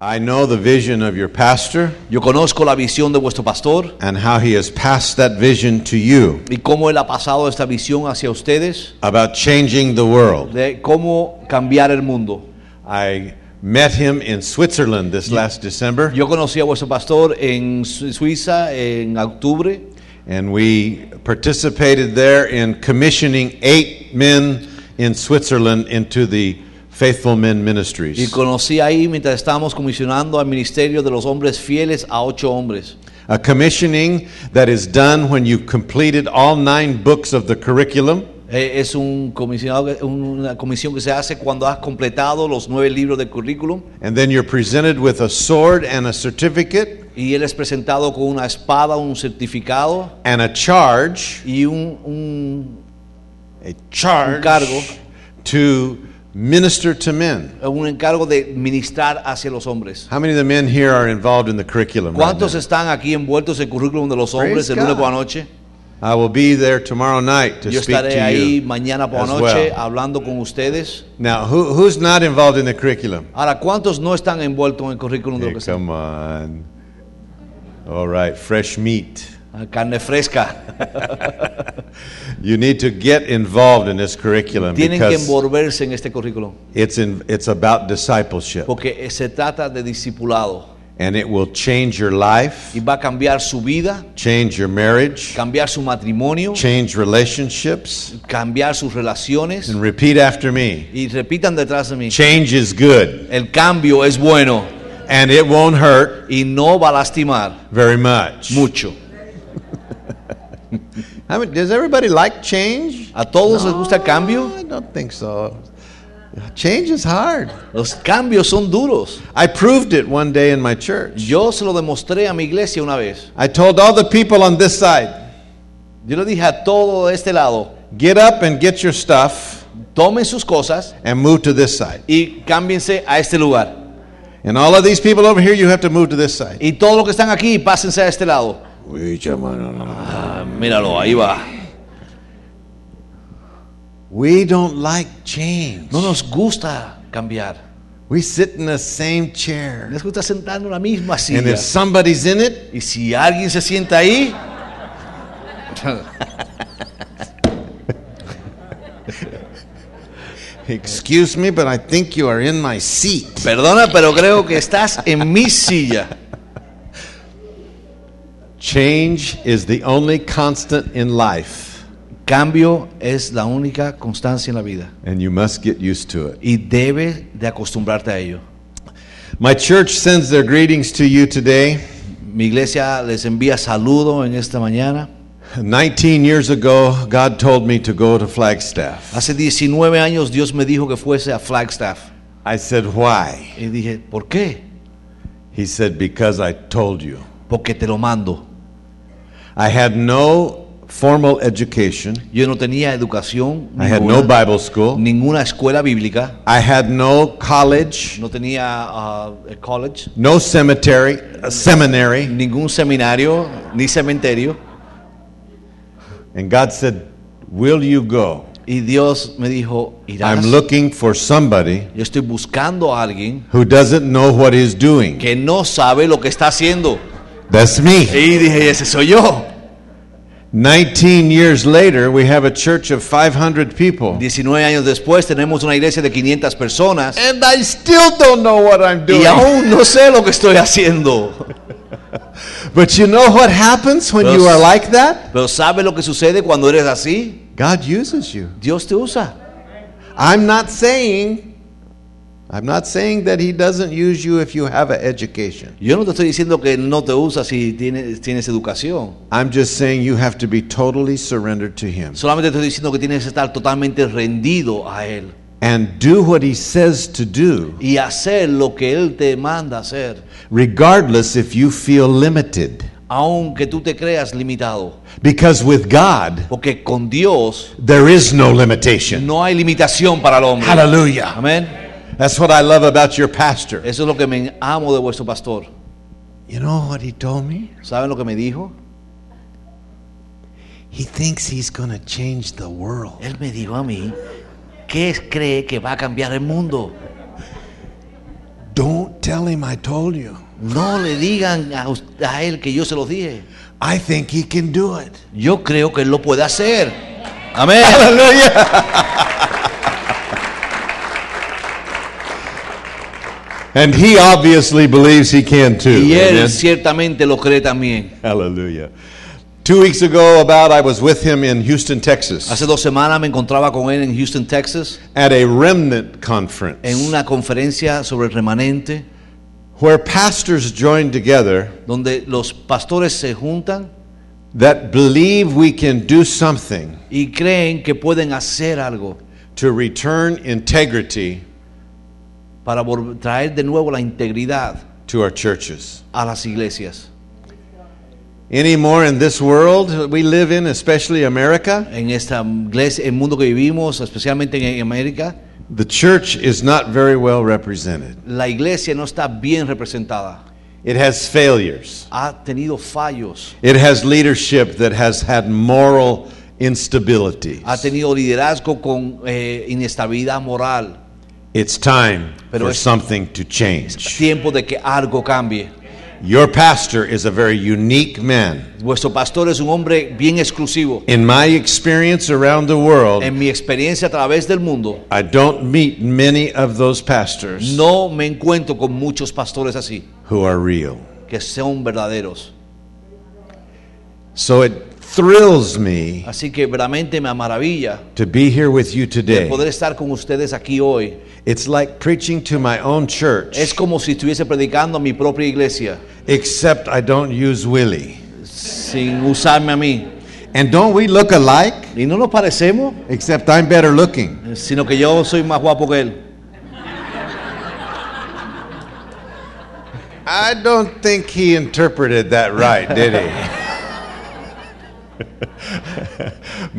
I know the vision of your pastor Yo conozco la visión de vuestro pastor and how he has passed that vision to you y cómo él ha pasado esta visión hacia ustedes about changing the world. de cómo cambiar el mundo. I met him in Switzerland this last December, Yo conocí a vuestro pastor en Su- Suiza en octubre and we participated there in commissioning eight men in Switzerland into the Faithful Men y Ministries. conocí ahí mientras estábamos comisionando al ministerio de los hombres fieles a ocho hombres. A commissioning that is done when you've completed all nine books of the curriculum. Eh, Es un comisionado, que- una comisión que se hace cuando has completado los nueve libros del currículum And then you're presented with a sword and a certificate y él es presentado con una espada, un certificado and a charge, y un- un a charge cargo. to minister to men. un encargo de ministrar hacia los hombres. How many of the men here are involved in the curriculum? right ¿Cuántos now? están aquí envueltos en el currículum de los hombres Praise el lunes God. por la noche? I will be there tomorrow night to Yo speak estaré to ahí you. mañana por la as noche well. hablando con ustedes. Now, who, who's not involved in the curriculum? Ahora, ¿cuántos no están envueltos en el currículum de Hey, lo que sea? come on. All right, fresh meat. Ah, Carne fresca. You need to get involved in this curriculum Tienen que because envolverse en este currículum it's, in, it's about discipleship porque eh, se trata de discipulado and it will change your life. y va a cambiar su vida, change your marriage, cambiar su matrimonio, change relationships, cambiar sus relaciones. and repeat after me. Y repitan detrás de mí, Change is good, el cambio es bueno and it won't hurt y no va a lastimar very much. mucho. I mean, does everybody like change? ¿A todos les gusta el cambio? I don't think so. Change is hard. Los cambios son duros. I proved it one day in my church. Yo se lo demostré a mi iglesia una vez. I told all the people on this side, Yo le dije a todo de este lado, get up and get your stuff tomen sus cosas and move to this side. y cámbiense a este lugar. And all of these people over here, you have to move to this side. Y todos los que están aquí, pásense a este lado. We just wanna- Ah, míralo, ahí va. We don't like change. No nos gusta cambiar. We sit in the same chair. Nos gusta sentarnos en la misma And silla. if somebody's in it, Y si alguien se sienta ahí, excuse me, but I think you are in my seat. perdona, pero creo que estás en mi silla. Change is the only constant in life, Cambio es la única constancia en la vida. and you must get used to it. Y debes de acostumbrarte a ello. My church sends their greetings to you today. Mi iglesia les envía saludo en esta mañana. 19 years ago, God told me to go to Flagstaff. Hace 19 años Dios me dijo que fuese a Flagstaff. I said, Why? Y dije, ¿por qué? He said, Because I told you. Porque te lo mando. I had no formal education, Yo no tenía educación, I had no ninguna, Bible school, ninguna escuela bíblica, I had no college, no tenía ah, college, no cemetery, a seminary. ningún seminario, ni cementerio. And God said, Will you go? Y Dios me dijo, irás. I'm looking for somebody Yo estoy buscando a alguien who doesn't know what he's doing. que no sabe lo que está haciendo. That's me. Y dije, ese soy yo. 19 years later, we have a church of 500 people. 19 años después tenemos una iglesia de 500 personas. And I still don't know what I'm Y doing. aún no sé lo que estoy haciendo. But you know what happens when you are like that? Pero ¿sabe lo que sucede cuando eres así? God uses you. Dios te usa. I'm not saying I'm not saying that he doesn't use you if you have an education. Yo no te estoy diciendo que no te usa si tienes, tienes educación. I'm just saying you have to be totally surrendered to him Solamente te estoy diciendo que tienes que estar totalmente rendido a Él and do what he says to do. y hacer lo que Él te manda hacer, regardless if you feel limited. aunque tú te creas limitado. Because with God, Porque con Dios there is no limitation. no hay limitación para el hombre. Hallelujah. Amén. That's what I love about your pastor. Eso es lo que me amo de vuestro pastor. You know what he told me? ¿Saben lo que me dijo? He thinks he's going to change the world. Él me dijo a mí que cree que va a cambiar el mundo. Don't tell him I told you. No le digan a, us- a él que yo se los dije. I think he can do it. Yo creo que él lo puede hacer. Amén. Hallelujah. and he obviously believes he can too. Y Amen. él ciertamente lo cree también. Hallelujah. Two weeks ago, about I was with him in Houston, Texas, Hace dos semanas me encontraba con él en Houston, Texas, at a remnant conference en una conferencia sobre el remanente, where pastors join together donde los pastores se juntan that believe we can do something y creen que pueden hacer algo to return integrity para vol- traer de nuevo la integridad to our churches. a las iglesias. Anymore in this world that we live in, especially America, En esta iglesia, el mundo que vivimos, especialmente en- en América, the church is not very well represented. la iglesia no está bien representada. It has failures, Ha tenido fallos, it has leadership that has had moral instability. ha tenido liderazgo con eh, inestabilidad moral. It's time Pero for es- something to change. Tiempo de que algo cambie. Your pastor is a very unique man. Vuestro pastor es un hombre bien exclusivo. In my experience around the world, En mi experiencia a través del mundo, I don't meet many of those pastors no me encuentro con muchos pastores así, who are real. que sean verdaderos. So it thrills me Así que verdaderamente me maravilla to be here with you today. poder estar con ustedes aquí hoy. It's like preaching to my own Es church, como si estuviese predicando a mi propia iglesia, except I don't use Willie. sin usarme a mí. And don't we look alike? Y no nos parecemos, Except I'm better looking. sino que yo soy más guapo que él. I don't think he interpreted that right, did he?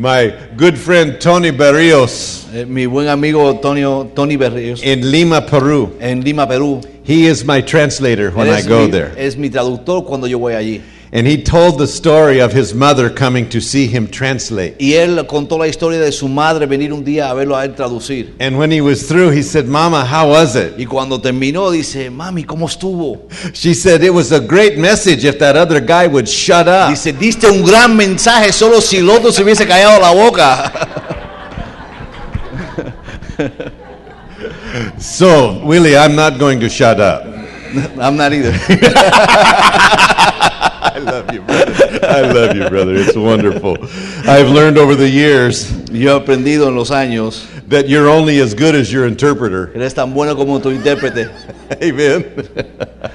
My good friend Tony Barrios Eh, mi buen amigo Tonio, Tony Berríos in Lima, Peru. en Lima, Perú. He is my translator when Él I es go mi- there. es mi traductor cuando yo voy allí. And he told the story of his mother coming to see him translate. Y él contó la historia de su madre venir un día a verlo a él traducir. And when he was through, he said, Mama, how was it? Y cuando terminó dice, mami, ¿cómo estuvo? She said, It was a great message if that other guy would shut up. Dice, diste un gran mensaje solo si el otro se hubiese callado la boca. So, Willie, I'm not going to shut up. I'm not either. I love you, brother. I love you, brother. It's wonderful. I've learned over the years Yo he aprendido en los años that you're only as good as your interpreter. que eres tan bueno como tu intérprete. Amen.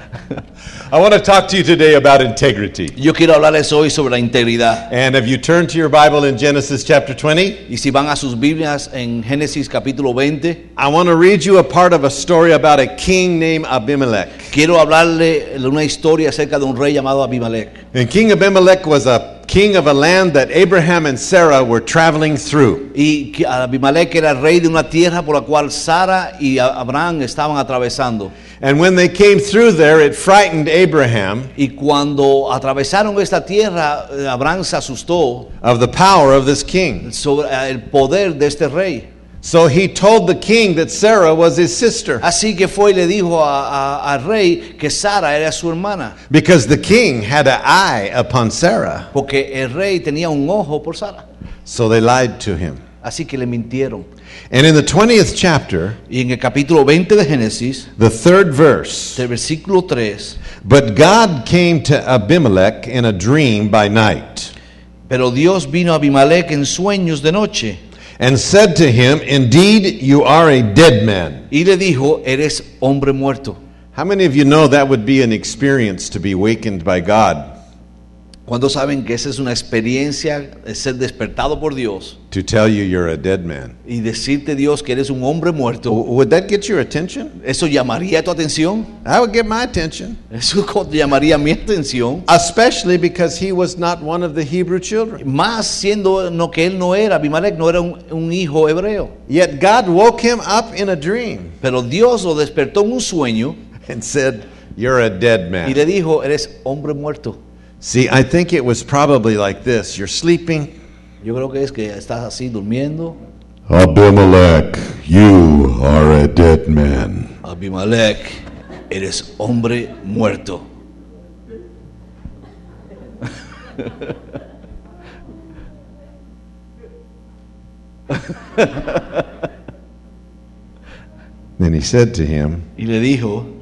I want to talk to you today about integrity. Yo quiero hablarles hoy sobre la integridad. And if you turn to your Bible in Genesis chapter 20, Y si van a sus Biblias en Génesis capítulo 20, I want to read you a part of a story about a king named Abimelech. quiero hablarle de una historia acerca de un rey llamado Abimelech. And King Abimelech was a king of a land that Abraham and Sarah were traveling through. Y que Abimelech era el rey de una tierra por la cual Sara y A- Abraham estaban atravesando. And when they came through there, it frightened Abraham Y cuando atravesaron esta tierra, eh, Abraham se asustó of the power of this king. sobre eh, el poder de este rey. So he told the king that Sarah was his sister Así que fue y le dijo a- a- al rey que Sara era su hermana, because the king had an eye upon Sarah. porque el rey tenía un ojo por Sara. So they lied to him. Así que le mintieron. And in the 20th chapter, Y en el capítulo 20 de Génesis, the third verse, del versículo 3, but God came to Abimelech in a dream by night pero Dios vino a Abimelech en sueños de noche and said to him, Indeed, you are a dead man. y le dijo, eres hombre muerto. How many of you know that would be an experience to be wakened by God Cuando saben que esa es una experiencia de ser despertado por Dios to tell you you're a dead man? y decirte Dios que eres un hombre muerto, W- Would that get your attention? eso llamaría tu atención, That would get my attention. eso co- llamaría mi atención, especially because he was not one of the Hebrew children. más siendo no que él no era, Abimelech no era un, un hijo hebreo, Yet God woke him up in a dream pero Dios lo despertó en un sueño and said, You're a dead y man. le dijo, eres hombre muerto. See, I think it was probably like this You're sleeping. Yo creo que es que estás así durmiendo. Abimelech, you are a dead man. Abimelech, Eres hombre muerto. Then he said to him, Y le dijo,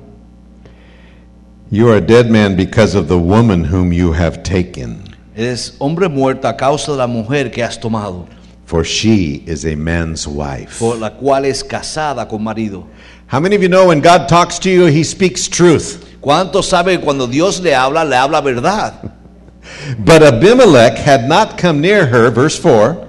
You are a dead man because of the woman whom you have taken, eres hombre muerto a causa de la mujer que has tomado, for she is a man's wife. por la cual es casada con marido. How many of you know when God talks to you, he speaks truth? ¿Cuántos saben que cuando Dios le habla, le habla verdad? But Abimelech had not come near her, verse 4,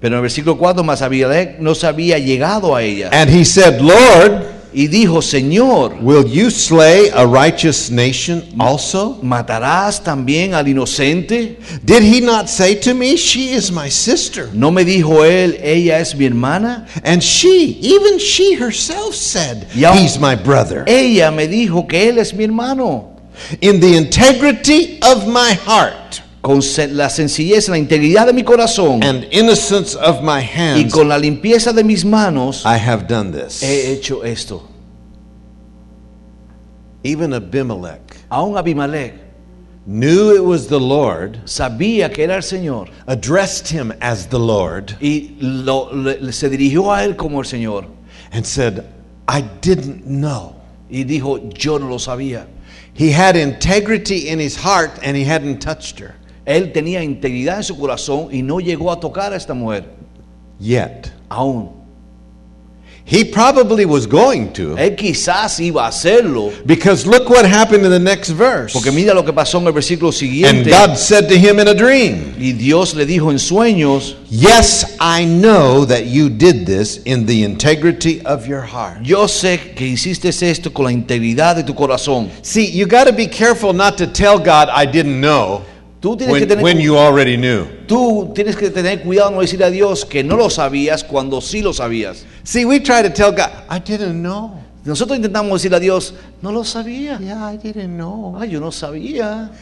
Pero en el versículo 4, más Abimelech no se había llegado a ella. and he said, Lord, Y dijo, Señor, will you slay a righteous nation also? ¿matarás también al inocente? Did he not say to me, She is my sister? ¿No me dijo él, ella es mi hermana? And she, even she herself said, Yeah. He's my brother. Ella me dijo que él es mi hermano. In the integrity of my heart Con se- la sencillez, la integridad de mi corazón and innocence of my y hands, Ah. con la limpieza de mis manos, I have done this. he hecho esto. Even Abimelech Aún Abimelech knew it was the Lord, sabía que era el Señor addressed him as the Lord, y lo- le- se dirigió a él como el Señor and said, I didn't know. y dijo, yo no lo sabía. He had integrity in his heart and he hadn't touched her Él tenía integridad en su corazón y no llegó a tocar a esta mujer. yet. Aún. He probably was going to Él quizás iba a hacerlo. because look what happened in the next verse. Porque mira lo que pasó en el versículo And siguiente. God said to him in a dream, Y Dios le dijo en sueños, Yes, I know that you did this in the integrity of your heart. yo sé que hiciste esto con la integridad de tu corazón. See, you got to be careful not to tell God, I didn't know, Tú tienes, que when, tener, when you already knew. tú tienes que tener cuidado no decir a Dios que no lo sabías cuando sí lo sabías. See, we try to tell God, I didn't know. Nosotros intentamos decirle a Dios, no lo sabía. Yeah, I didn't know. Ah, yo no sabía.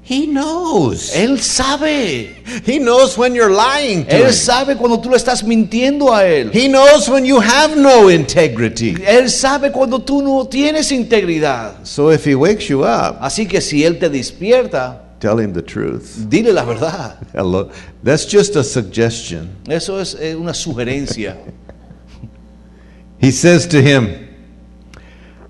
He knows. Él sabe. He knows when you're lying to Él him. sabe cuando tú le estás mintiendo a Él. He knows when you have no integrity. Él sabe cuando tú no tienes integridad. So if he wakes you up, Así que si Él te despierta, tell him the truth. dile la verdad. Hello. That's just a suggestion. Eso es eh, una sugerencia. He says to him,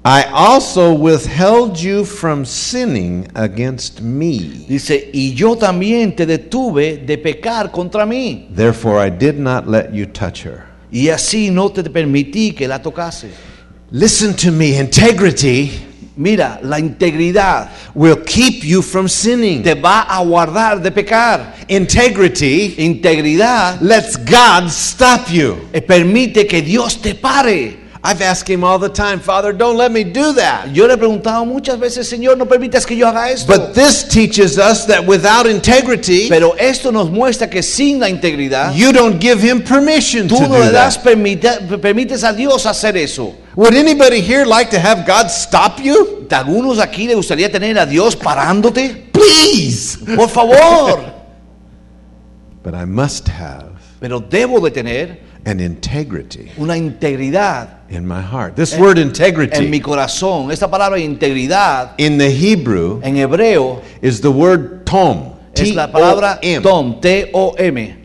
I also withheld you from sinning against me. Dice, y yo también te detuve de pecar contra mí. Therefore, I did not let you touch her. Y así no te permití que la tocase. Listen to me. Integrity Mira, la integridad will keep you from sinning. te va a guardar de pecar. Integrity Integridad lets God stop you. eh, permite que Dios te pare. I've asked him all the time, Father, don't let me do that. Yo le he preguntado muchas veces, Señor, no permitas que yo haga esto. But this teaches us that without integrity, Pero esto nos muestra que sin la integridad, you don't give him permission to tú no do le das that. permite- permites a Dios hacer eso. Would anybody here like to have God stop you? ¿A algunos aquí le gustaría tener a Dios parándote? Please. Por favor. But I must have Pero debo de tener an integrity una integridad in my heart. This word en mi integrity corazón. Esta palabra integridad in the Hebrew en hebreo is the word tom. es la palabra T-O-M. tom, T-O-M.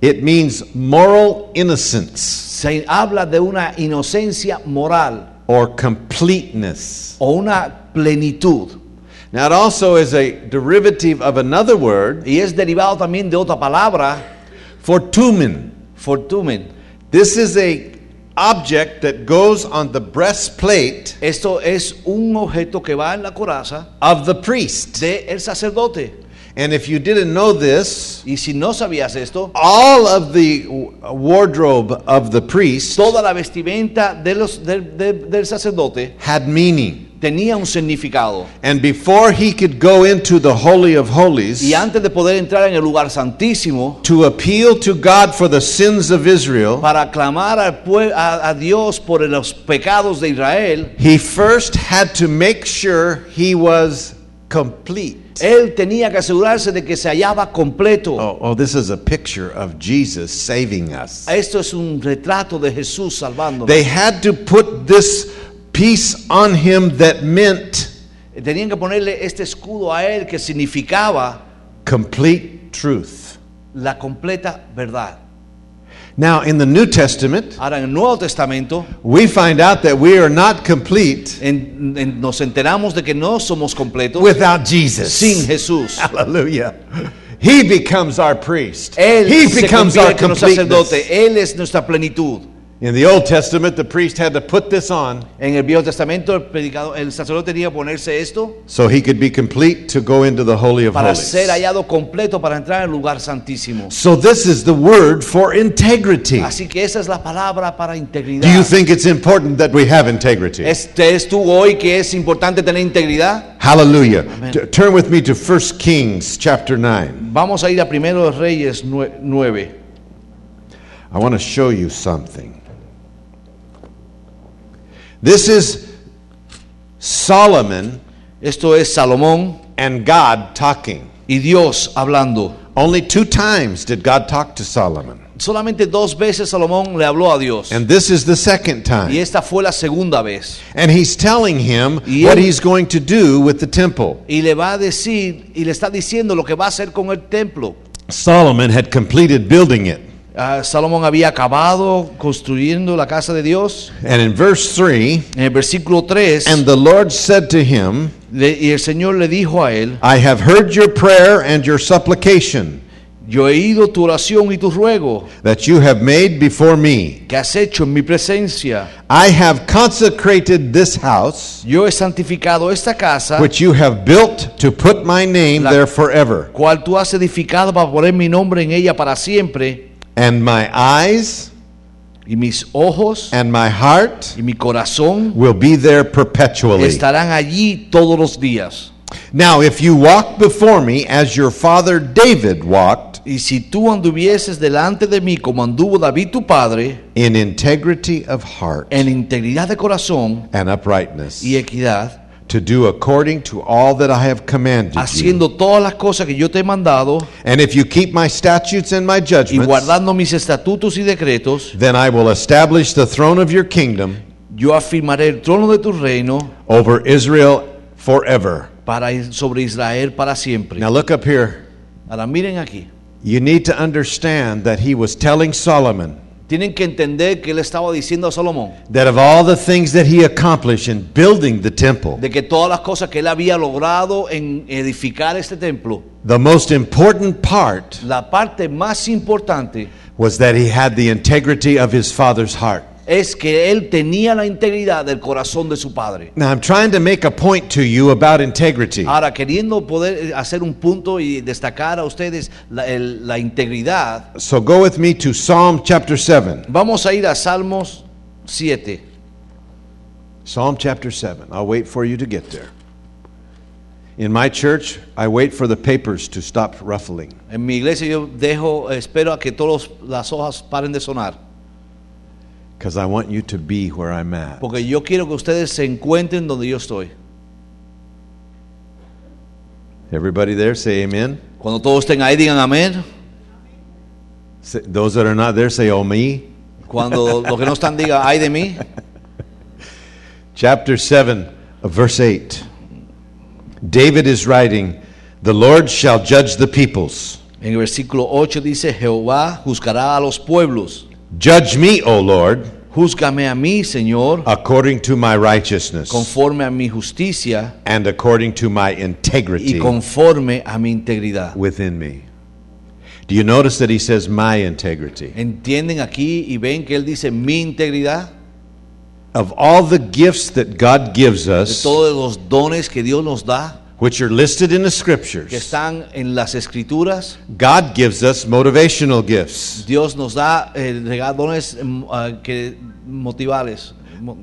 It means moral innocence Se habla de una inocencia moral or completeness. o una plenitud. Now, it also is a derivative of another word, Y es derivado también de otra palabra, fortumen. fortumen. This is a object that goes on the breastplate Esto es un objeto que va en la coraza of the priest. del sacerdote. And if you didn't know this, Y si no sabías esto, all of the w- wardrobe of the priest toda la vestimenta de los- del- del- del sacerdote had meaning. tenía un significado. And before he could go into the Holy of Holies Y antes de poder entrar en el lugar santísimo to appeal to God for the sins of Israel, para clamar al pue- a, a Dios por los pecados de Israel, he first had to make sure he was complete. él tenía que asegurarse de que se hallaba completo. Oh, oh this is a picture of Jesus saving us. Esto es un retrato de Jesús salvándonos. They had to put this peace on him that meant Tenían que ponerle este escudo a él que significaba complete truth. la completa verdad. Now, in the New Testament, Ahora en el Nuevo Testamento we find out that we are not complete en- en- nos enteramos de que no somos completos without Jesus. sin Jesús. Ah, Hallelujah. He becomes our priest. Él he se becomes our convierte en un completeness. sacerdote, Él es nuestra plenitud. In the Old Testament, the priest had to put this on En el Viejo Testamento el, predicado- el sacerdote tenía que ponerse esto so he could be complete to go into the Holy of para Holies. ser hallado completo para entrar al lugar santísimo. So this is the word for integrity. Así que esa es la palabra para Do you integridad. think it's important that we have integrity? Este es tú hoy que es importante tener integridad. Hallelujah. T- turn with me to 1 Kings chapter 9. Vamos a ir a Primero de Reyes 9. I want to show you something. This is Solomon Esto es Salomón and God talking. y Dios hablando. Only two times did God talk to Solomon. Solamente dos veces Salomón le habló a Dios. And this is the second Y time. esta fue la segunda vez. And he's telling him Y what él- he's going to do with the temple. Y le va a decir, y le está diciendo lo que va a hacer con el templo. Solomon had completed building it. Ah, Salomón había acabado construyendo la casa de Dios. And in verse 3, En el versículo 3, and the Lord said to him, le- y el Señor le dijo a él, I have heard your prayer and your supplication yo he oído tu oración y tu ruego that you have made before me. que has hecho en mi presencia. I have consecrated this house, Yo he santificado esta casa, which you have built to put my name La- there forever. cual tú has edificado para poner mi nombre en ella para siempre, And my eyes y mis ojos and my heart y mi corazón will be there perpetually. estarán allí todos los días. Now, if you walk before me as your father David walked, Y si tú anduvieses delante de mí como anduvo David tu padre, in integrity of heart en integridad de corazón and uprightness, y equidad, to do according to all that I have commanded you, haciendo todas las cosas que yo te he mandado and if you keep my statutes and my y judgments, guardando mis estatutos y decretos, Then I will establish the throne of your kingdom yo afirmaré el trono de tu reino over Israel forever. para is- sobre Israel para siempre. Now look up here. Ahora miren aquí. You need to understand that he was telling Solomon Tienen que entender que él estaba diciendo a Salomón that of all the things that he accomplished in building the temple, de que todas las cosas que él había logrado en edificar este templo, the most important part la parte más importante was that he had the integrity of his father's heart. es que él tenía la integridad del corazón de su padre. Now I'm trying to make a point to you about integrity. Ahora, queriendo poder eh, hacer un punto y destacar a ustedes la, el- la integridad, So go with me to Psalm chapter 7. vamos a ir a Salmos 7. Psalm chapter 7. I'll wait for you to get there. In my church, I wait for the papers to stop ruffling. En mi iglesia yo dejo, espero a que todas las hojas paren de sonar, Because I want you to be where I'm at. porque yo quiero que ustedes se encuentren donde yo estoy. Everybody there, say amen. Cuando todos estén ahí, digan amén. Say- those that are not there, say oh me. Cuando los que no están digan, ay de mí. Chapter 7, uh, verse 8. David is writing, The Lord shall judge the peoples. En el versículo 8 dice, Jehová juzgará a los pueblos. Judge me, O Lord, Júzgame a mí, Señor, Ah. according to my righteousness conforme a mi justicia and according to my y integrity conforme a mi integridad. within me. Do you notice that he says my integrity? ¿Entienden aquí y ven que él dice mi integridad? Of all the gifts that God gives De us, todos los dones que Dios nos da, which are listed in the que scriptures, están en las escrituras, God gives us motivational gifts. Dios nos da eh, rega- dones mm, ah, que, motivales. Mo-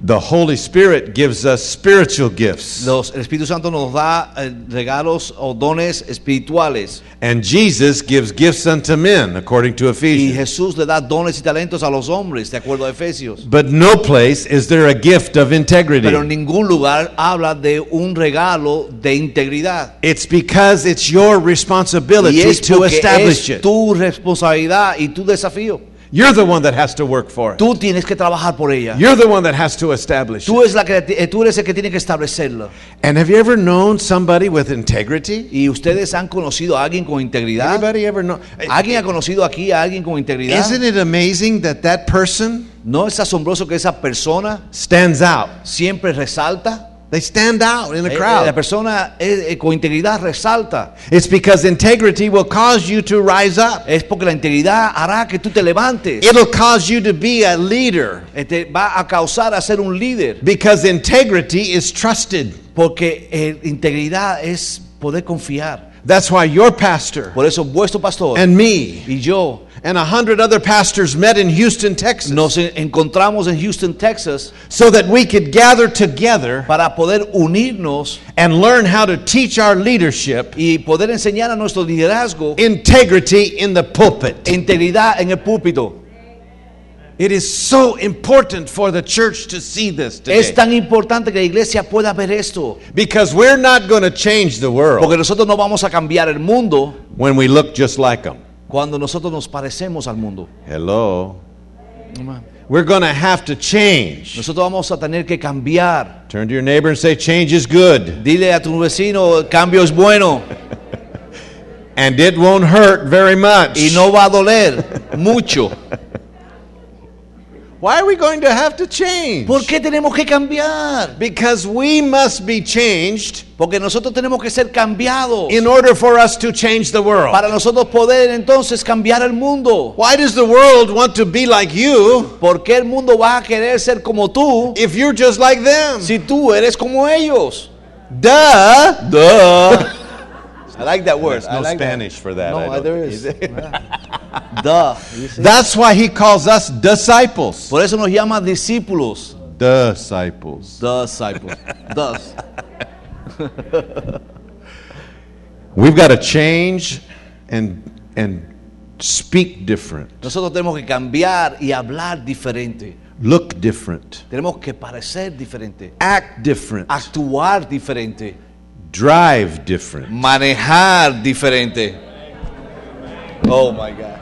The Holy Spirit gives us spiritual gifts. Los, el Espíritu Santo nos da eh, regalos o dones espirituales. And Jesus gives gifts unto men, according to Y Ephesians. Jesús le da dones y talentos a los hombres, de acuerdo a Efesios. But no place is there a gift of Pero en integrity. ningún lugar habla de un regalo de integridad. It's because it's your Y responsibility es to porque establish es it. tu responsabilidad y tu desafío. You're the one that has to work for it. Tú tienes que trabajar por ella. You're the one that has to establish it. Tú, es la que, eh, tú eres el que tiene que establecerlo. And have you ever known somebody with integrity? ¿Y ustedes han conocido a alguien con integridad? Anybody ever know? ¿Alguien ha conocido aquí a alguien con integridad? Isn't it amazing that that person ¿No es asombroso que esa persona stands out? siempre resalta? They stand out in the Eh, eh, La crowd. persona eh, eh, con integridad resalta. It's because integrity will cause you to rise up. Es porque la integridad hará que tú te levantes. It'll cause you to be a leader Eh, Te va a causar a ser un líder. because integrity is trusted. Porque eh, integridad es poder confiar. That's why your pastor Por eso vuestro pastor and me y yo and a hundred other pastors met in Houston, Texas, nos en- encontramos en Houston, Texas, so that we could gather together para poder unirnos and learn how to teach our leadership y poder enseñar a nuestro liderazgo integrity in the pulpit. integridad en el púlpito. It is so important for the church to see this Es today tan importante que la iglesia pueda ver esto, because we're not going to change the world porque nosotros no vamos a cambiar el mundo when we look just like them. cuando nosotros nos parecemos al mundo. Hello. We're going to have to change. Nosotros vamos a tener que cambiar. Turn to your neighbor and say, Change is good. Dile a tu vecino, el cambio es bueno And it won't hurt very much. y no va a doler mucho. Why are we going to have to change? ¿Por qué tenemos que cambiar? Because we must be changed Porque nosotros tenemos que ser cambiados in order for us to change the world. para nosotros poder entonces cambiar el mundo. Why does the world want to be like you ¿Por qué el mundo va a querer ser como tú if you're just like them? si tú eres como ellos? Duh. Duh. I like that word. There's I no like that. Spanish for that. No, I don't- there is. Duh. You see? That's why he calls us disciples. Por eso nos llama discípulos. Disciples. Discípulos. Dos. We've got to change and and speak different, Nosotros tenemos que cambiar y hablar diferente. look different, Tenemos que parecer diferente, act different, actuar diferente, drive different. manejar diferente. Oh my God.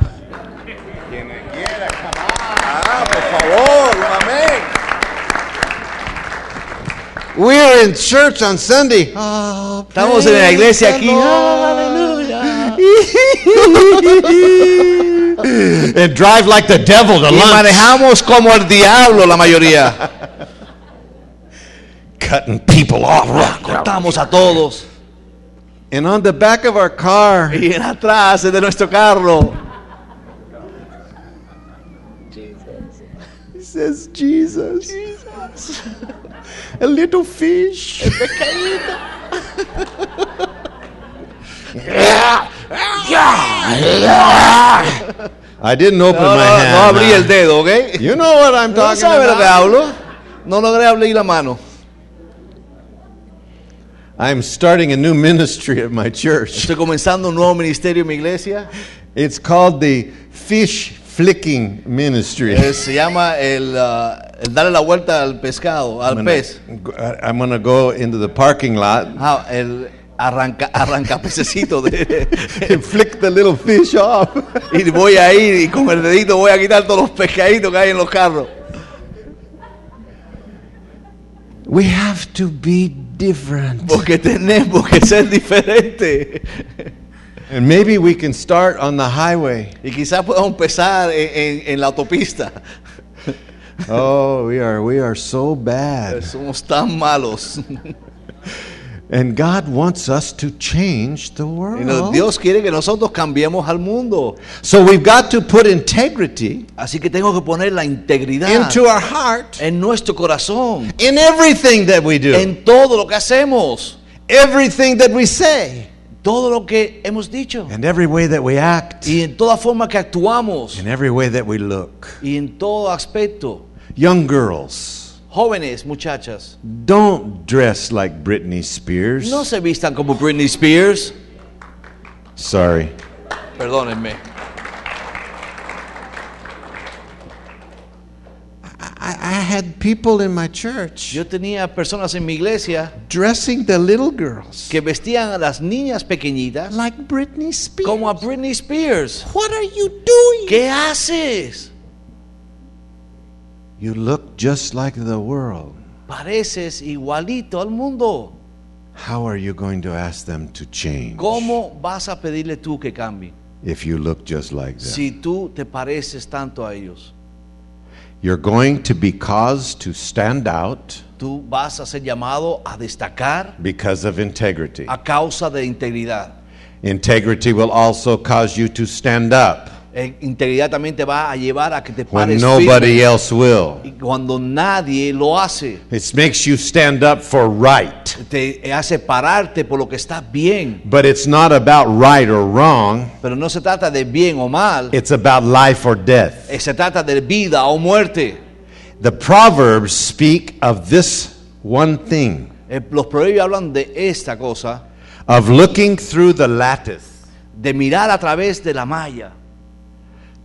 We're in church on Sunday. Oh, Estamos en la praise iglesia the aquí. Lord. Aleluya. and drive like the devil to Y lunch. manejamos como el diablo la mayoría. Cutting people off. Cortamos a todos. And on the back of our car Y en atrás de nuestro carro. says Jesus. Jesus. A little fish. I didn't open No, no, my no hand. abrí el dedo, ¿ok? You know what I'm No talking sabe lo que about. hablo. No logré abrir la mano. I'm starting a new ministry at my church. Estoy comenzando un nuevo ministerio en mi iglesia. It's called the Fish Flicking Ministry. Eh, se llama el, ah, el darle la vuelta al pescado, al pez. I'm going to go into the parking lot Ah, el arranca, arranca pececito. de- and flick the little fish off. y voy a ir y con el dedito voy a quitar todos los pescaditos que hay en los carros. We have to be different. Porque tenemos que ser diferentes. And maybe we can start on the highway. Y quizás podamos empezar en, en- en la autopista. Oh, we are we are so bad. Somos tan malos. And God wants us to change the Y no- world. Dios quiere que nosotros cambiemos al mundo. So we've got to put integrity Así que tengo que poner la integridad into our heart en nuestro corazón, in everything that we do. en todo lo que hacemos, Everything that we say todo lo que hemos dicho and every way that we act y en toda forma que actuamos and every way that we look. y en todo aspecto. Young girls, Jóvenes, muchachas, don't dress like Britney Spears. no se vistan como Britney Spears. Sorry. Perdónenme. I, I had people in my church Yo tenía personas en mi iglesia dressing the little girls que vestían a las niñas pequeñitas like Britney Spears. como a Britney Spears. What are you doing? ¿Qué haces? You look just like the world. Pareces igualito al mundo. How are you going to ask them to change ¿Cómo vas a pedirle tú que cambie? if you look just like them? Si tú te pareces tanto a ellos, You're going to be caused to stand out tú vas a ser llamado a destacar because of integrity. a causa de integridad. Integrity will also cause you to stand up Eh, integridad también te va a llevar a que te when pares nobody firme. else will. Y cuando nadie lo hace, It makes you stand up for right. te hace pararte por lo que está bien. But it's not about right or wrong, Pero no se trata de bien o mal, it's about life or death. eh, se trata de vida o muerte. The Proverbs speak of this one thing Eh, los proverbios hablan de esta cosa, of looking through the lattice de mirar a través de la malla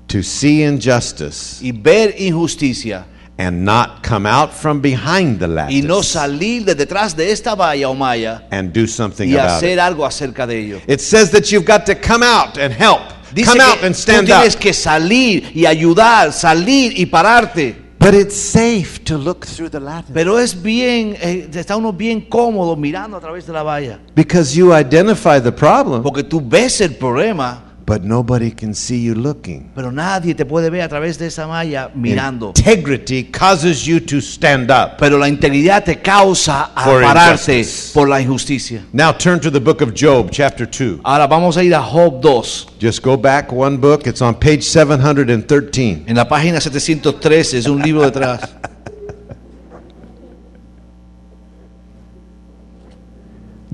to see injustice y ver injusticia and not come out from behind the y no lattice salir de detrás de esta valla o malla and do something y about it. hacer algo acerca de ello. It says that you've got to come out and help. Dice Come out que and tú stand up. tienes que salir y ayudar, salir y pararte. But it's safe to look through the lattice Pero es bien, eh, está uno bien cómodo mirando a través de la valla. because you identify the problem, Porque tú ves el problema, but nobody can see you looking. pero nadie te puede ver a través de esa malla mirando. Integrity causes you to stand up. Pero la integridad te causa a For pararte injustice. por la injusticia. Now turn to the book of Job, chapter 2. Ahora vamos a ir a Job 2. Just go back one book. It's on page 713. En la página 713 es un libro detrás.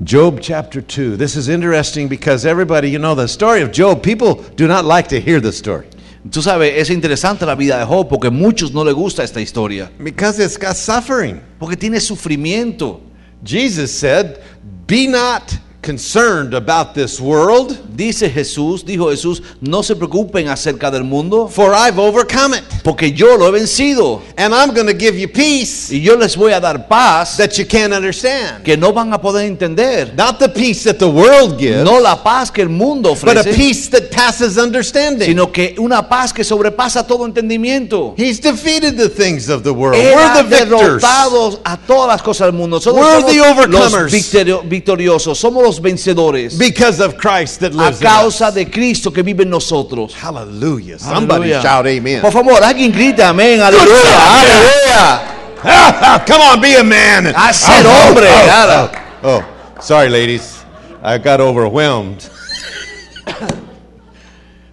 Job chapter 2. This is interesting because everybody, you know, the story of Job, people do not like to hear the story Tú sabes, es interesante la vida de Job porque a muchos no les gusta esta historia. because it's got suffering. Porque tiene sufrimiento. Jesus said, Be not concerned about this world, Dice Jesús, dijo Jesús, no se preocupen acerca del mundo for I've overcome it. porque yo lo he vencido And I'm going to give you peace y yo les voy a dar paz that you can't understand. que no van a poder entender. Not the peace that the world gives, No la paz que el mundo but a ofrece, peace that passes understanding. sino que una paz que sobrepasa todo entendimiento. He's defeated the things of the world. Era We're the victors. derrotados a todas las cosas del mundo. Nosotros We're somos the los overcomers. victorio- victoriosos, somos los vencedores Because of Christ that a lives in us. causa de Cristo que vive en nosotros. Hallelujah. Somebody Aleluya. shout amen. Por favor, alguien grita amén, job, aleluya, man. aleluya. Ah, ah, Come on, be a man. A ser hombre, claro. oh, oh. sorry, ladies. I got overwhelmed.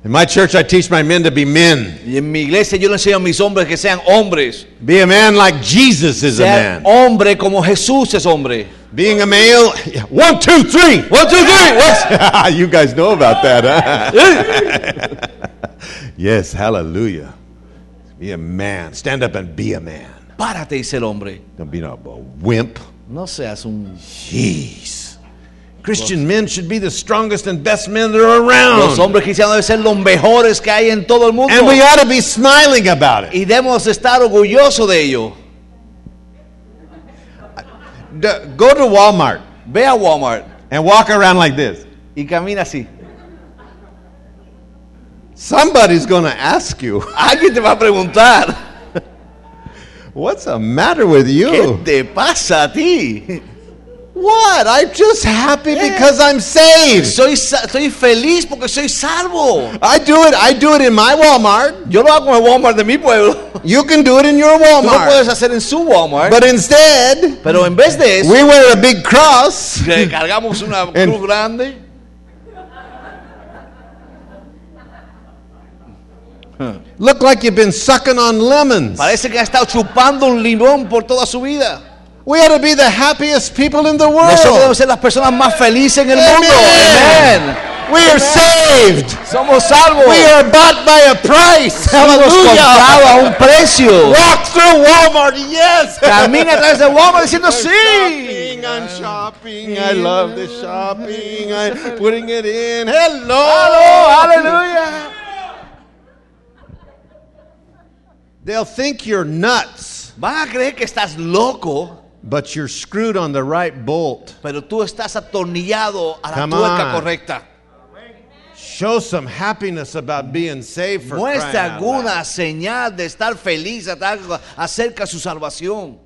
In my church, I teach my men to be men. Y en mi iglesia yo le enseño a mis hombres que sean hombres. Be a man like Jesus is a Sean man. hombre como Jesús es hombre. Being a male, yeah, one, two, three. One, two, three, what's- you guys know about that, huh? yes, hallelujah. Be a man. Stand up and be a man. Párate y ser hombre. Don't be no a wimp. No seas un... Jeez. Christian men should be the strongest and best men that are around. Los hombres cristianos deben ser los mejores que hay en todo el mundo. and we ought to be smiling about it. Y debemos estar orgullosos de ello. D- go to Walmart Ve a Walmart and walk around like this. y camina así. Somebody's going to ask you, Alguien te va a preguntar, What's the matter with ¿qué you? te pasa a ti? What? I'm just happy because I'm saved. Soy, sa- estoy feliz porque soy salvo. I do it. I do it in my Walmart. Yo lo hago en el Walmart de mi pueblo. You can do it in your Tú lo Walmart. puedes hacer en su Walmart. But instead, pero en vez de eso, we wear a big cross le cargamos una En- cruz grande. Look like you've been sucking on lemons. Parece que ha estado chupando un limón por toda su vida. We ought to be the happiest people in the Nosotros debemos world. ser las personas más felices en el Amen. mundo. Amén. We are saved. Somos salvos. We are bought by a price. Somos comprados a Hallelujah. un precio. Walk through Walmart. Yes. Camina a través de Walmart diciendo sí. Shopping, I'm shopping. I love the shopping. I'm putting it in. Hello. Aló, aleluya. They'll think you're nuts, Van a creer que estás loco, but you're screwed on the right bolt. pero tú estás atornillado a la Come tuerca on. correcta. Show some happiness about being saved for crying Muestra out alguna loud. señal de estar feliz atar- acerca de su salvación.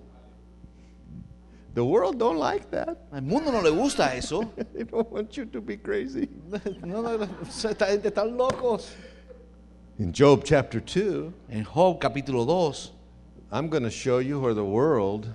The world don't like that. Al mundo no le gusta eso. They don't want you to be crazy. No, no, no, esta gente está locos. In Job chapter 2, En Job capítulo 2, I'm going to show you where the world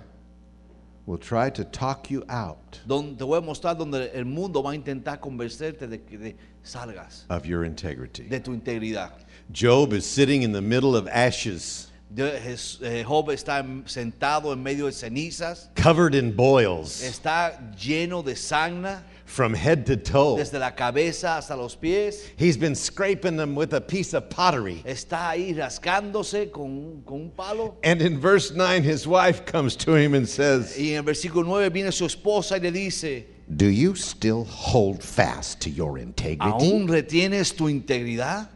will try to talk you out donde te voy a mostrar donde el mundo va a intentar convencerte de que de- salgas of your integrity. de tu integridad. Job is sitting in the middle of ashes, De- Jes- eh, Job está en- sentado en medio de cenizas, covered in boils está lleno de sangre from head to toe. desde la cabeza hasta los pies, He's been scraping them with a piece of pottery. está ahí rascándose con, un- con un palo. And in verse 9, his wife comes to him and says, Y en el versículo 9 viene su esposa y le dice, Do you still hold fast to your integrity? ¿aún retienes tu integridad?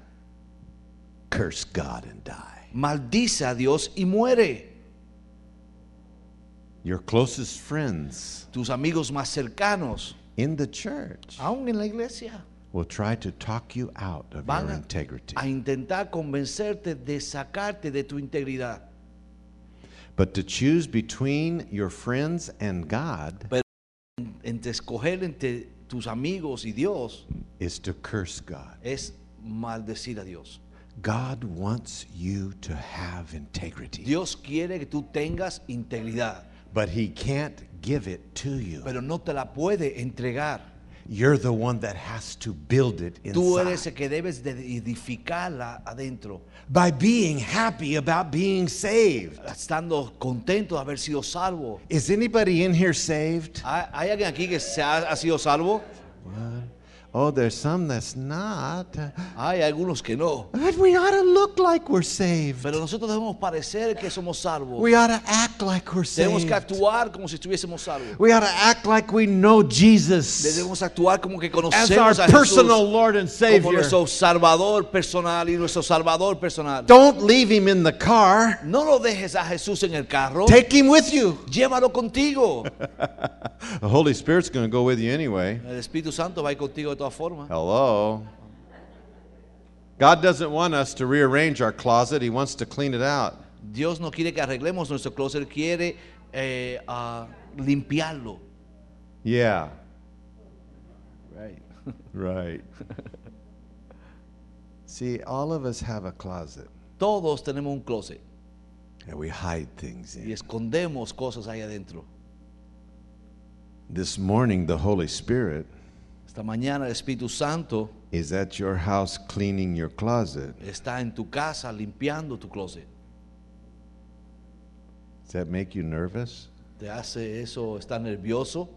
Curse God and die. Maldice a Dios y muere. Your closest friends Tus amigos más cercanos, in the church aún en la iglesia, will try to talk you out of van your a- integrity. a intentar convencerte de sacarte de tu integridad. But to choose between your friends and God Entre escoger entre tus amigos y Dios is to curse God. es maldecir a Dios. God wants you to have integrity, Dios quiere que tú tengas integridad, but He can't give it to you. pero no te la puede entregar. You're the one that has to build it Tú eres inside el que debes de edificarla adentro, by being happy about being saved. estando contento de haber sido salvo. Is anybody in here saved? ¿Hay hay alguien aquí que se ha, ha sido salvo? Oh, there's some that's not. Hay algunos que no. But we ought to look like we're saved. Pero nosotros debemos parecer que somos salvos. We ought to act like we're Debemos que saved. actuar como si estuviésemos salvos. We ought to act like we know Jesus. Debemos actuar como que as our conocemos a personal Jesús Lord and como Savior. nuestro Salvador personal y nuestro Salvador personal. Don't leave him in the car. No lo dejes a Jesús en el carro. Take him with you. Llévalo contigo. The Holy Spirit's going to go with you anyway. El Espíritu Santo va a ir contigo de todas formas. Hello. God doesn't want us to rearrange our closet. He wants to clean it out. Dios no quiere que arreglemos nuestro closet, quiere eh, ah, limpiarlo. Yeah. Right. See, all of us have a closet Todos tenemos un closet and we hide things y in. escondemos cosas ahí adentro. This morning, the Holy Spirit Esta mañana el Espíritu Santo is at your house cleaning your closet. está en tu casa limpiando tu closet. Does that make you nervous? ¿Te hace eso estar nervioso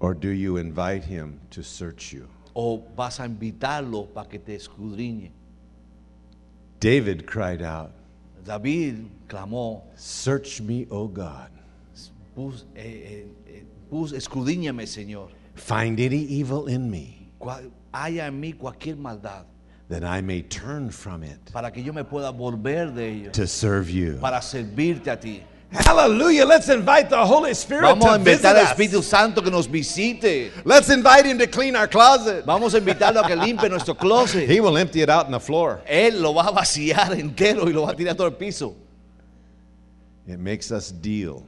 Or do you invite him to search you? o vas a invitarlo para que te escudriñe? David cried out, David clamó, Search me, O God. "Bus- eh, eh, eh, bus- escudriñame Señor, Find any evil in me, Cual- haya en mí cualquier maldad that I may turn from it para que yo me pueda volver de ello, to serve you. para servirte a ti. Hallelujah. Let's invite the Holy Spirit Vamos a invitar al Espíritu Santo que nos visite. Let's invite him to clean our closet. Vamos a invitarlo a que limpie nuestro closet. He will empty it out on the floor. Él lo va a vaciar entero y lo va a tirar todo el piso. It makes us deal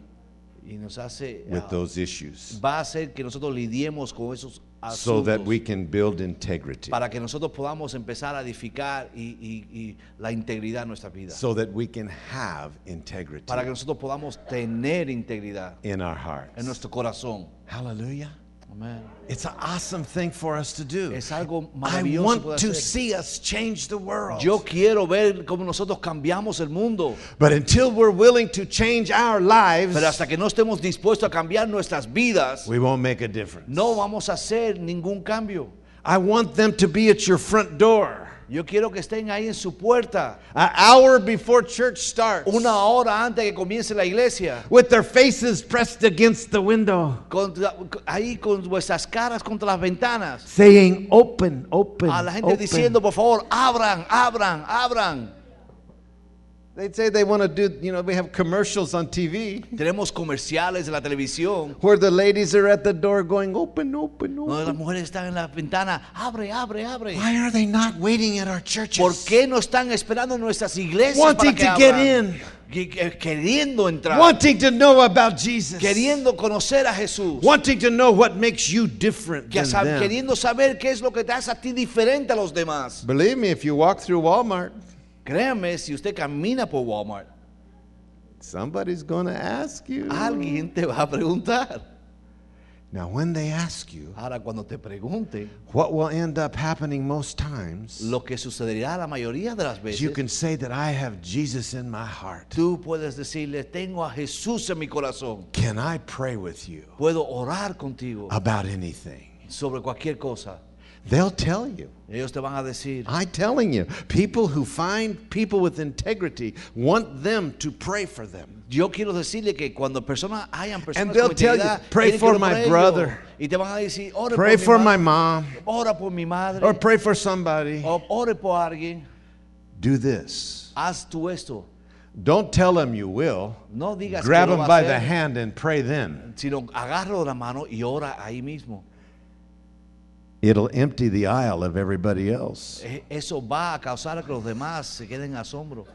Y nos hace, with ah, those issues va a hacer que nosotros lidiemos con esos asuntos. so that we can build integrity, para que nosotros podamos empezar a edificar y, y- y la integridad en nuestra vida. so that we can have integrity para que nosotros podamos tener integridad in our en hearts. nuestro corazón. Hallelujah. Amén. It's an awesome thing for us to do. Es algo I maravilloso. want poder to hacer. see us change the world. Yo quiero ver cómo nosotros cambiamos el mundo. But until we're willing to change our lives, Pero hasta que no estemos dispuestos a cambiar nuestras vidas, we won't make a difference. no vamos a hacer ningún cambio. I want them to be at your front door Yo quiero que estén ahí en su puerta an hour before church starts, una hora antes de que comience la iglesia. with their faces pressed against the window, Contra- ahí con vuestras caras contra las ventanas. saying, Open, open. a la gente open. diciendo, por favor, abran, abran, abran. They'd say they want to do, you know, we have commercials on TV Tenemos comerciales de la televisión where the ladies are at the door going, open, open, donde las open. mujeres están en la ventana. Abre, abre, abre. Why are they not waiting at our ¿Por churches? qué no están esperando en nuestras iglesias Wanting para que to get abran? Que- que- Queriendo entrar. Wanting to know about Jesus. Queriendo conocer a Jesús. Wanting to know what makes you different Que than sab- them. queriendo saber qué es lo que te hace a ti diferente a los demás. Believe me, if you walk through Walmart, Créame, si usted camina por Walmart, somebody's going to ask you. alguien te va a preguntar. Now, when they ask you, Ahora, cuando te pregunte, what will end up happening most times lo que sucederá la mayoría de las is you veces, can say that I have Jesus in my heart. tú puedes decirle, tengo a Jesús en mi corazón. Can I pray with you Puedo orar contigo about anything? sobre cualquier cosa. They'll tell you. Ellos te van a decir, I'm telling you, people who find people with integrity want them to pray for them. yo quiero decirle que cuando personas hayan personas And they'll con tell you, integridad, "Pray tienen que for orar my ellos". brother. Y te van a decir, ore Pray por for mi my madre, mom ora por mi madre, or pray for somebody. o ore por alguien. Do this. Haz tú esto. Don't tell them you will. No digas Grab que lo them va a by hacer, the hand and pray then. sino agarro de la mano y ora ahí mismo. It'll empty the aisle of everybody else. E- Eso va a causar que los demás se queden en asombro.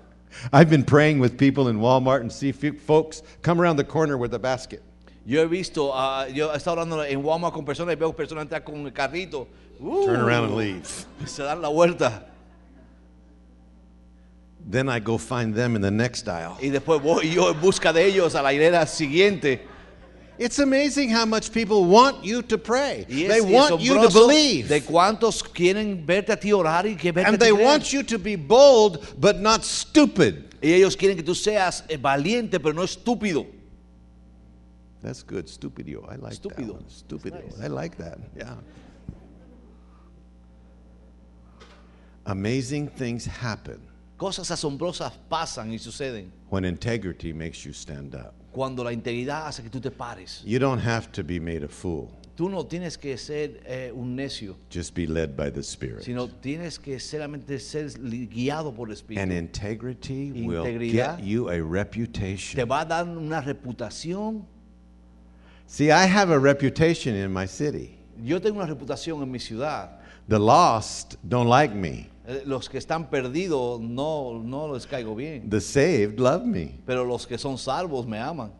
I've been praying with people in Walmart and see few folks come around the corner with a basket. Yo he visto, ah, yo he estado hablando en Walmart con personas y veo personas entrar con el carrito. ¡Uh! Turn around and leave. Se dan la vuelta Then I go find them in the next aisle. y después voy yo en busca de ellos a la hilera siguiente. It's amazing how much people want you to pray. Y they es y want you to asombroso believe. de cuántos quieren verte a ti orar y que verte and a ti they creer. want you to be bold but not stupid. Y ellos quieren que tú seas eh, valiente pero no estúpido. That's good. Stupidio. I like Stupido. that. One. Stupidio. I like that. Yeah. Amazing things happen Cosas asombrosas pasan y suceden when integrity makes you stand up. cuando la integridad hace que tú te pares. You don't have to be made a fool. Tú no tienes que ser eh, un necio, Just be led by the Spirit. sino tienes que solamente ser li- guiado por el Espíritu. and integrity will Integridad. get you a Te reputation. va a dar una reputación. See, I have a reputation in my city. Yo tengo una reputación en mi ciudad. The lost don't like me. Eh, Los que están perdidos no, no les caigo bien, The saved love me pero los que son salvos me aman,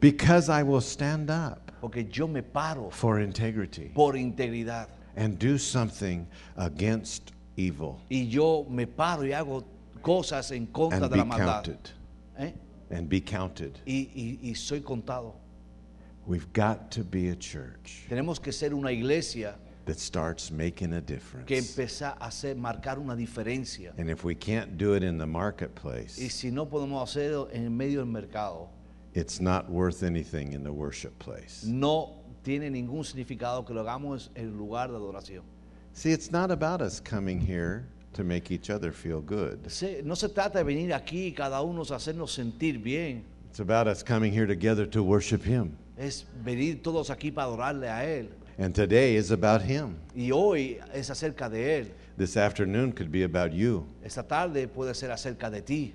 because I will stand up porque yo me paro for integrity por integridad and do something against evil y yo me paro y hago cosas en contra and de be la maldad. counted. ¿Eh? And be counted. Y- y- y soy contado. We've got to be a church Tenemos que ser una iglesia that starts making a que difference. empieza a hacer marcar una diferencia. And if we can't do it in the Y marketplace, si no podemos hacerlo en el medio del mercado, it's not worth anything in the worship place. no tiene ningún significado que lo hagamos en el lugar de adoración. See, it's not about us coming here to make each other feel good. Se- No se trata de venir aquí y cada uno hacernos sentir bien. It's about us coming here together to worship Him. Es venir todos aquí para adorarle a Él. And today is about Him. Y hoy es acerca de Él. This afternoon could be about you. Esta tarde puede ser acerca de ti.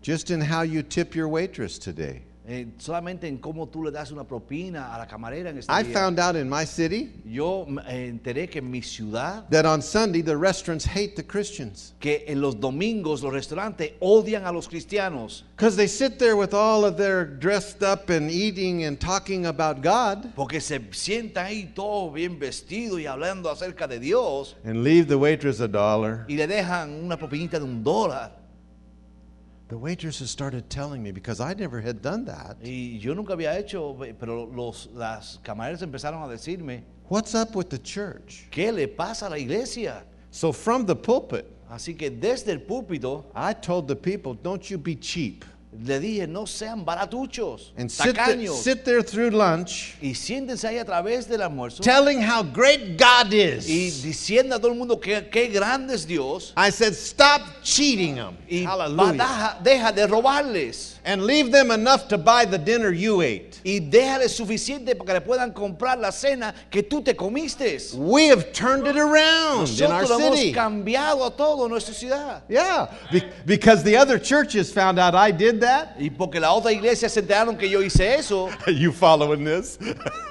Just in how you tip your waitress today. Eh, solamente en cómo tú le das una propina a la camarera en este I día. found out in my city Yo me enteré que en mi ciudad that on Sunday the restaurants hate the Christians que en los domingos los restaurantes odian a los cristianos because they sit there with all of their dressed up and eating and talking about God porque se sientan ahí todos bien vestidos y hablando acerca de Dios and leave the waitress a dollar. y le dejan una propinita de un dólar. The waitress has started telling me because I never had done that. Y yo nunca había hecho, pero los, las camareras empezaron a decirme, What's up with the church? ¿qué le pasa a la iglesia? So from the pulpit, Así que desde el púlpito I told the people, don't you be cheap. le dije, no sean baratuchos, And sit, there- tacaños. sit there through lunch y siéntense ahí a través del almuerzo telling how great God y is. diciendo a todo el mundo que qué grande es Dios. I said, stop cheating them. Y Hallelujah. badaja- deja de robarles. and leave them enough to buy the dinner you ate. y déjale suficiente para que le puedan comprar la cena que tú te comiste. We have turned it around in our Nosotros lo hemos city. cambiado a todo en nuestra ciudad. Yeah, be- because the other churches found out I did that. Y porque la otra iglesia se enteraron que yo hice eso, you following this?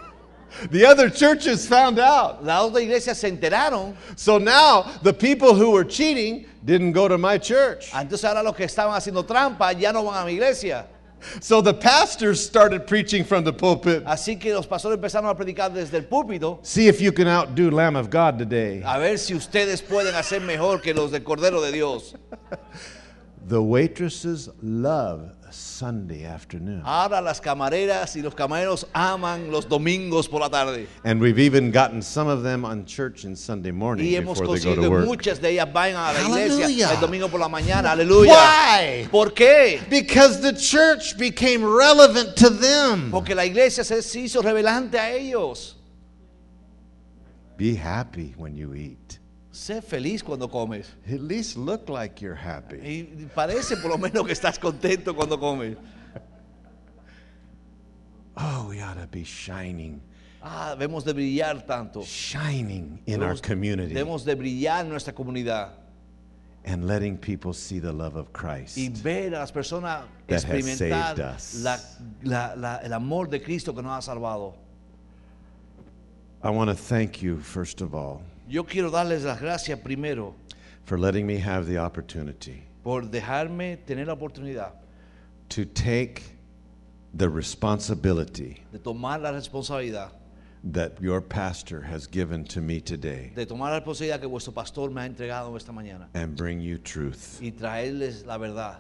the other churches found out. la otra iglesia se enteraron. So now the people who were cheating didn't go to my church. Entonces ahora los que estaban haciendo trampa ya no van a mi iglesia. So the pastors started preaching from the pulpit. Así que los pastores empezaron a predicar desde el púlpito. See if you can outdo Lamb of God today. A ver si ustedes pueden hacer mejor que los del Cordero de Dios. The waitresses love Sunday afternoon. Ahora las camareras y los camareros aman los domingos por la tarde. And we've even gotten some of them on church and Sunday morning Y hemos before they go to conseguido que work. muchas de ellas vayan a la Hallelujah. iglesia el domingo por la mañana. Aleluya. Why? ¿Por qué? Because the church became relevant to them. Porque la iglesia se se hizo revelante a ellos. Be happy when you eat. Sé feliz cuando comes. At least look like you're happy. Y parece por lo menos que estás contento cuando comes. Oh, we ought to be shining, Ah, debemos de brillar tanto. shining in our Debemos- community Debemos de brillar en nuestra comunidad and letting people see the love of Christ. y ver a las personas That has experimentar saved us. la- la- la- el amor de Cristo que nos ha salvado. I want to thank you, first of all, Yo quiero darles las gracias primero for letting me have the opportunity por dejarme tener la oportunidad to take the responsibility de tomar la responsabilidad, that your pastor has given to me today de tomar la responsabilidad que vuestro pastor me ha entregado esta mañana and bring you truth. y traerles la verdad.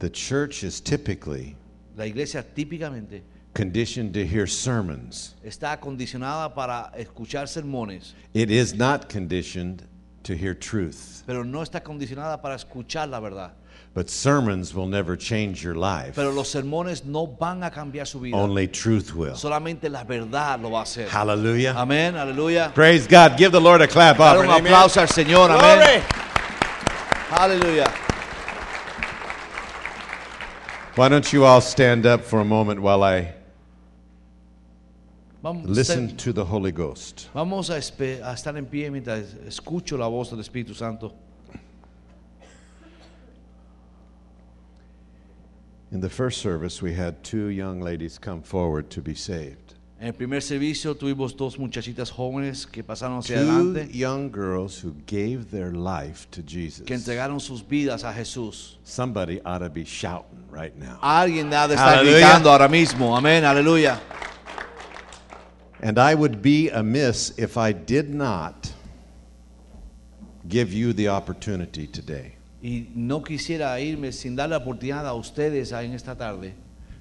The church is typically La iglesia típicamente conditioned to hear sermons, está acondicionada para escuchar sermones, it is not conditioned to hear truth. pero no está condicionada para escuchar la verdad. But sermons will never change your life, Pero los sermones no van a cambiar su vida. only truth will. Solamente la verdad lo va a hacer. Hallelujah. Amén, aleluya. Praise God. Give the Lord a clap Dar offering. un Amen. aplauso al Señor, amén. Glory. Aleluya. Why don't you all stand up for a moment while I Vamos, listen to the Holy Ghost? vamos a, espe- a estar en pie mientras escucho la voz del Espíritu Santo. In the first service, we had two young ladies come forward to be saved. En el primer servicio tuvimos dos muchachitas jóvenes que pasaron hacia Two adelante, young girls who gave their life to que Jesus. entregaron sus vidas a Jesús. Somebody ought to be shouting right now. Alguien ha de estar Aleluya. gritando ahora mismo, amén, aleluya. And I would be amiss if I did not give you the opportunity today Y no quisiera irme sin dar la oportunidad a ustedes ahí en esta tarde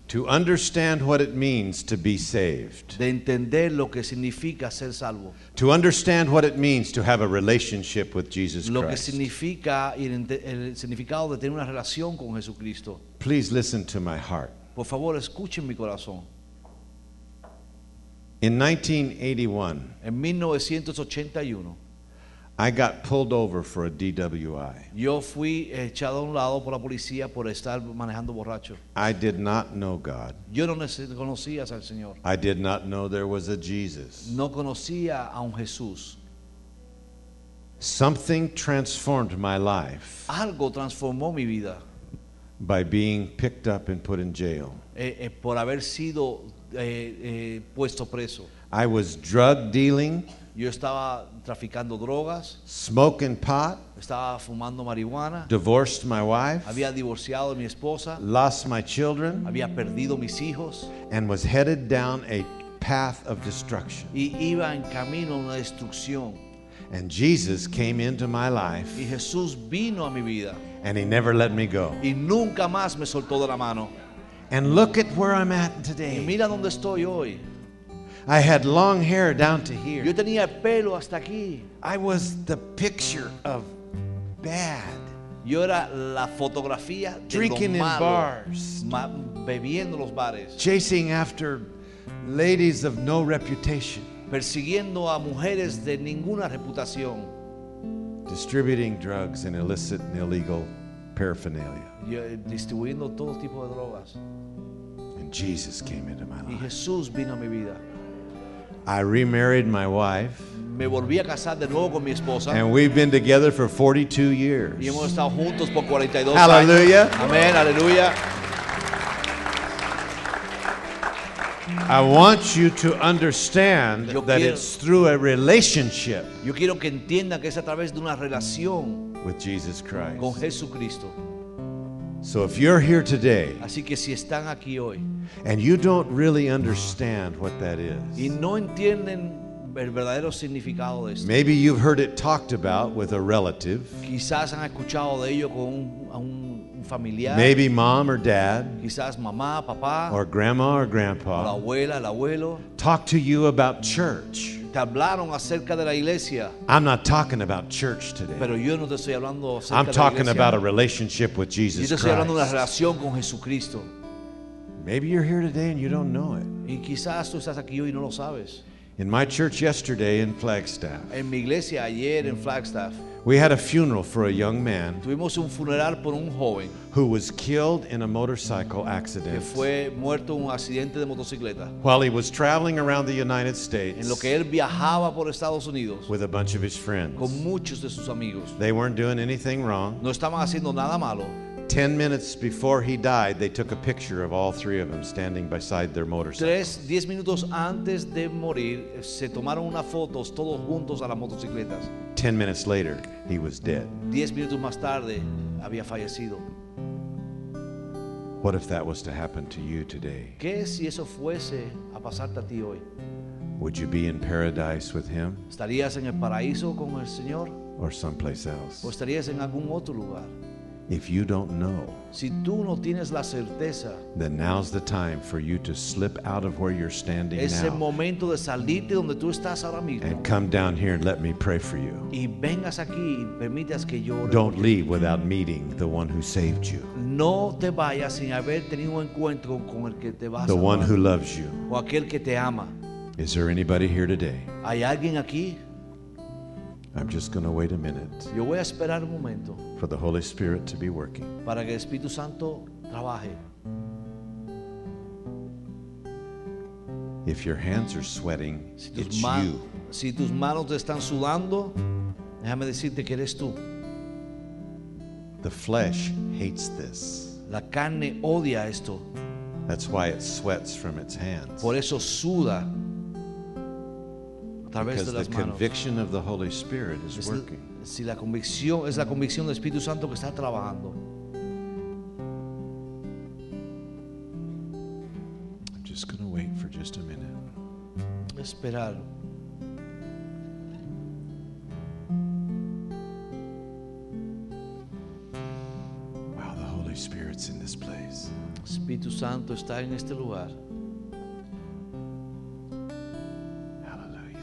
to understand what it means to be saved, de entender lo que significa ser salvo. to understand what it means to have a relationship with Jesus lo que Christ. significa y el, ente- el significado de tener una relación con Jesucristo. Please listen to my heart. Por favor, escuchen mi corazón. In 1981, En 1981 I got pulled over for a DWI. yo fui echado a un lado por la policía por estar manejando borracho. I did not know God. Yo no nece- conocía al Señor, I did not know there was a Jesus. no conocía a un Jesús. Something transformed my life Algo transformó mi vida by being picked up and put in jail. eh, eh, por haber sido eh, eh, puesto preso. I was drug dealing, Yo estaba traficando drogas, smoking pot, estaba fumando marihuana, divorced my wife, había divorciado de mi esposa, lost my children, había perdido mis hijos. and was headed down a path of destruction. y iba en camino a una destrucción. And Jesus came into my Y life Jesús vino a mi vida and he never let me go. y nunca más me soltó de la mano. And look at where I'm at Y today. mira dónde estoy hoy. I had long hair down to Yo here. tenía el pelo hasta aquí. I was the picture of bad. Yo era la fotografía de Drinking in los malos, bars. ma- bebiendo en los bares, chasing after ladies of no reputation, persiguiendo a mujeres de ninguna reputación, distributing drugs in illicit and illegal paraphernalia. y, eh, distribuyendo todo tipo de drogas. And Jesus came into my Y life. Jesús vino a mi vida. I remarried my wife, Me volví a casar de nuevo con mi esposa and we've been together for 42 y hemos years. estado juntos por 42 Hallelujah. años. Amén, aleluya. I want you to understand Yo that quiero- it's through a relationship Yo quiero que entiendan que es a través de una relación with Jesus Christ. con Jesucristo. So if you're here today Así que si están aquí hoy and you don't really understand what that y is, no entienden el verdadero significado de esto, maybe you've heard it talked about with a relative, quizás han escuchado de ello con un, a un- un familiar, maybe mom or dad quizás mamá, papá, or grandma or la grandpa abuela, el abuelo, talk to you about church. te hablaron acerca de la iglesia, I'm not talking about church today. pero yo no te estoy hablando acerca I'm de talking la iglesia. about a relationship with yo Jesus te estoy hablando de una Christ. relación con Jesucristo. Maybe you're here today and you don't know it. Y quizás tú estás aquí hoy y no lo sabes. In my church yesterday in Flagstaff, En mi iglesia ayer en Flagstaff we had a funeral for a young man tuvimos un funeral por un joven who was killed in a motorcycle que accident fue muerto en un accidente de motocicleta. while he was traveling around the United States En lo que él viajaba por Estados Unidos with a bunch of his con friends. muchos de sus amigos. They weren't doing anything wrong. No estaban haciendo nada malo. Ten minutes before he died, they took a picture of all three of them standing beside their motorcycle. Tres, diez minutos antes de morir, eh, se tomaron unas fotos todos juntos a las motocicletas. Ten minutes later, he was dead. Diez minutos más tarde, había fallecido. What if that was to happen to you today? ¿Qué si eso fuese a pasarte a ti hoy? Would you be in paradise with him ¿Estarías en el paraíso con el Señor or someplace else? o estarías en algún otro lugar? If you don't know, Si tú no tienes la certeza, then now's the time for you to slip out of where you're standing es el now momento de salirte donde tú estás ahora mismo and come down here and let me pray for you. y vengas aquí y permitas que yo ore. Don't leave without meeting the one who saved you, No te vayas sin haber tenido un encuentro con el que te vas a the one who amar, loves you. o aquel que te ama. Is there anybody here today? ¿Hay alguien aquí? I'm just going to wait a minute Yo voy a esperar un momento for the Holy Spirit to be working. para que el Espíritu Santo trabaje. If your hands are sweating, Si tus, it's ma- you. si tus manos te están sudando, déjame decirte que eres tú. The flesh hates this. La carne odia esto, That's why it sweats from its hands. por eso suda a través Because de the las manos. conviction of the Holy Spirit is Es la- working. si la convicción es la convicción del Espíritu Santo que está trabajando. I'm just going to wait for just a minute. Voy a Esperar. Wow, the Holy Spirit's in this place. El Espíritu Santo está en este lugar. Hallelujah.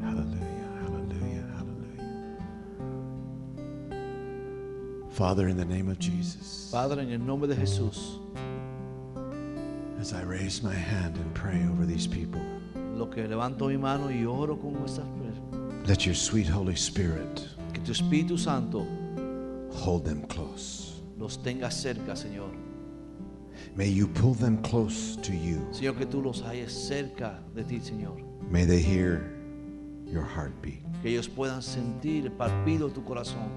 Hallelujah. Hallelujah. Hallelujah. Father, in the name of Jesus, Padre, en el nombre de Jesús, as I raise my hand and pray over these people, lo que levanto mi mano y oro con estas personas, let your sweet Holy Spirit que tu Espíritu Santo hold them close. los tenga cerca, Señor. May you pull them close to you. Señor, que tú los halles cerca de ti, Señor. May they hear your heartbeat. Que ellos puedan sentir el palpido de tu corazón.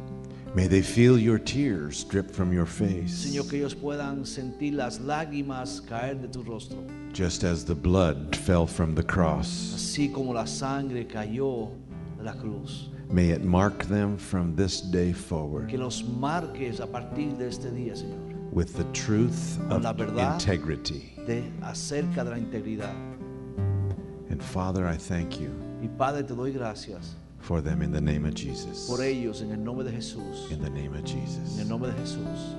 May they feel your tears drip from your face, Señor, que ellos puedan sentir las lágrimas caer de tu rostro. just as the blood fell from the cross. Así como la sangre cayó de la cruz. May it mark them from this day forward que los marques a partir de este día, Señor, with the truth of La verdad. integrity. de acerca de la integridad. And Father, I thank you Y Padre, te doy gracias for them in the name of Jesus. por ellos en el nombre de Jesús. In the name of Jesus. En el nombre de Jesús.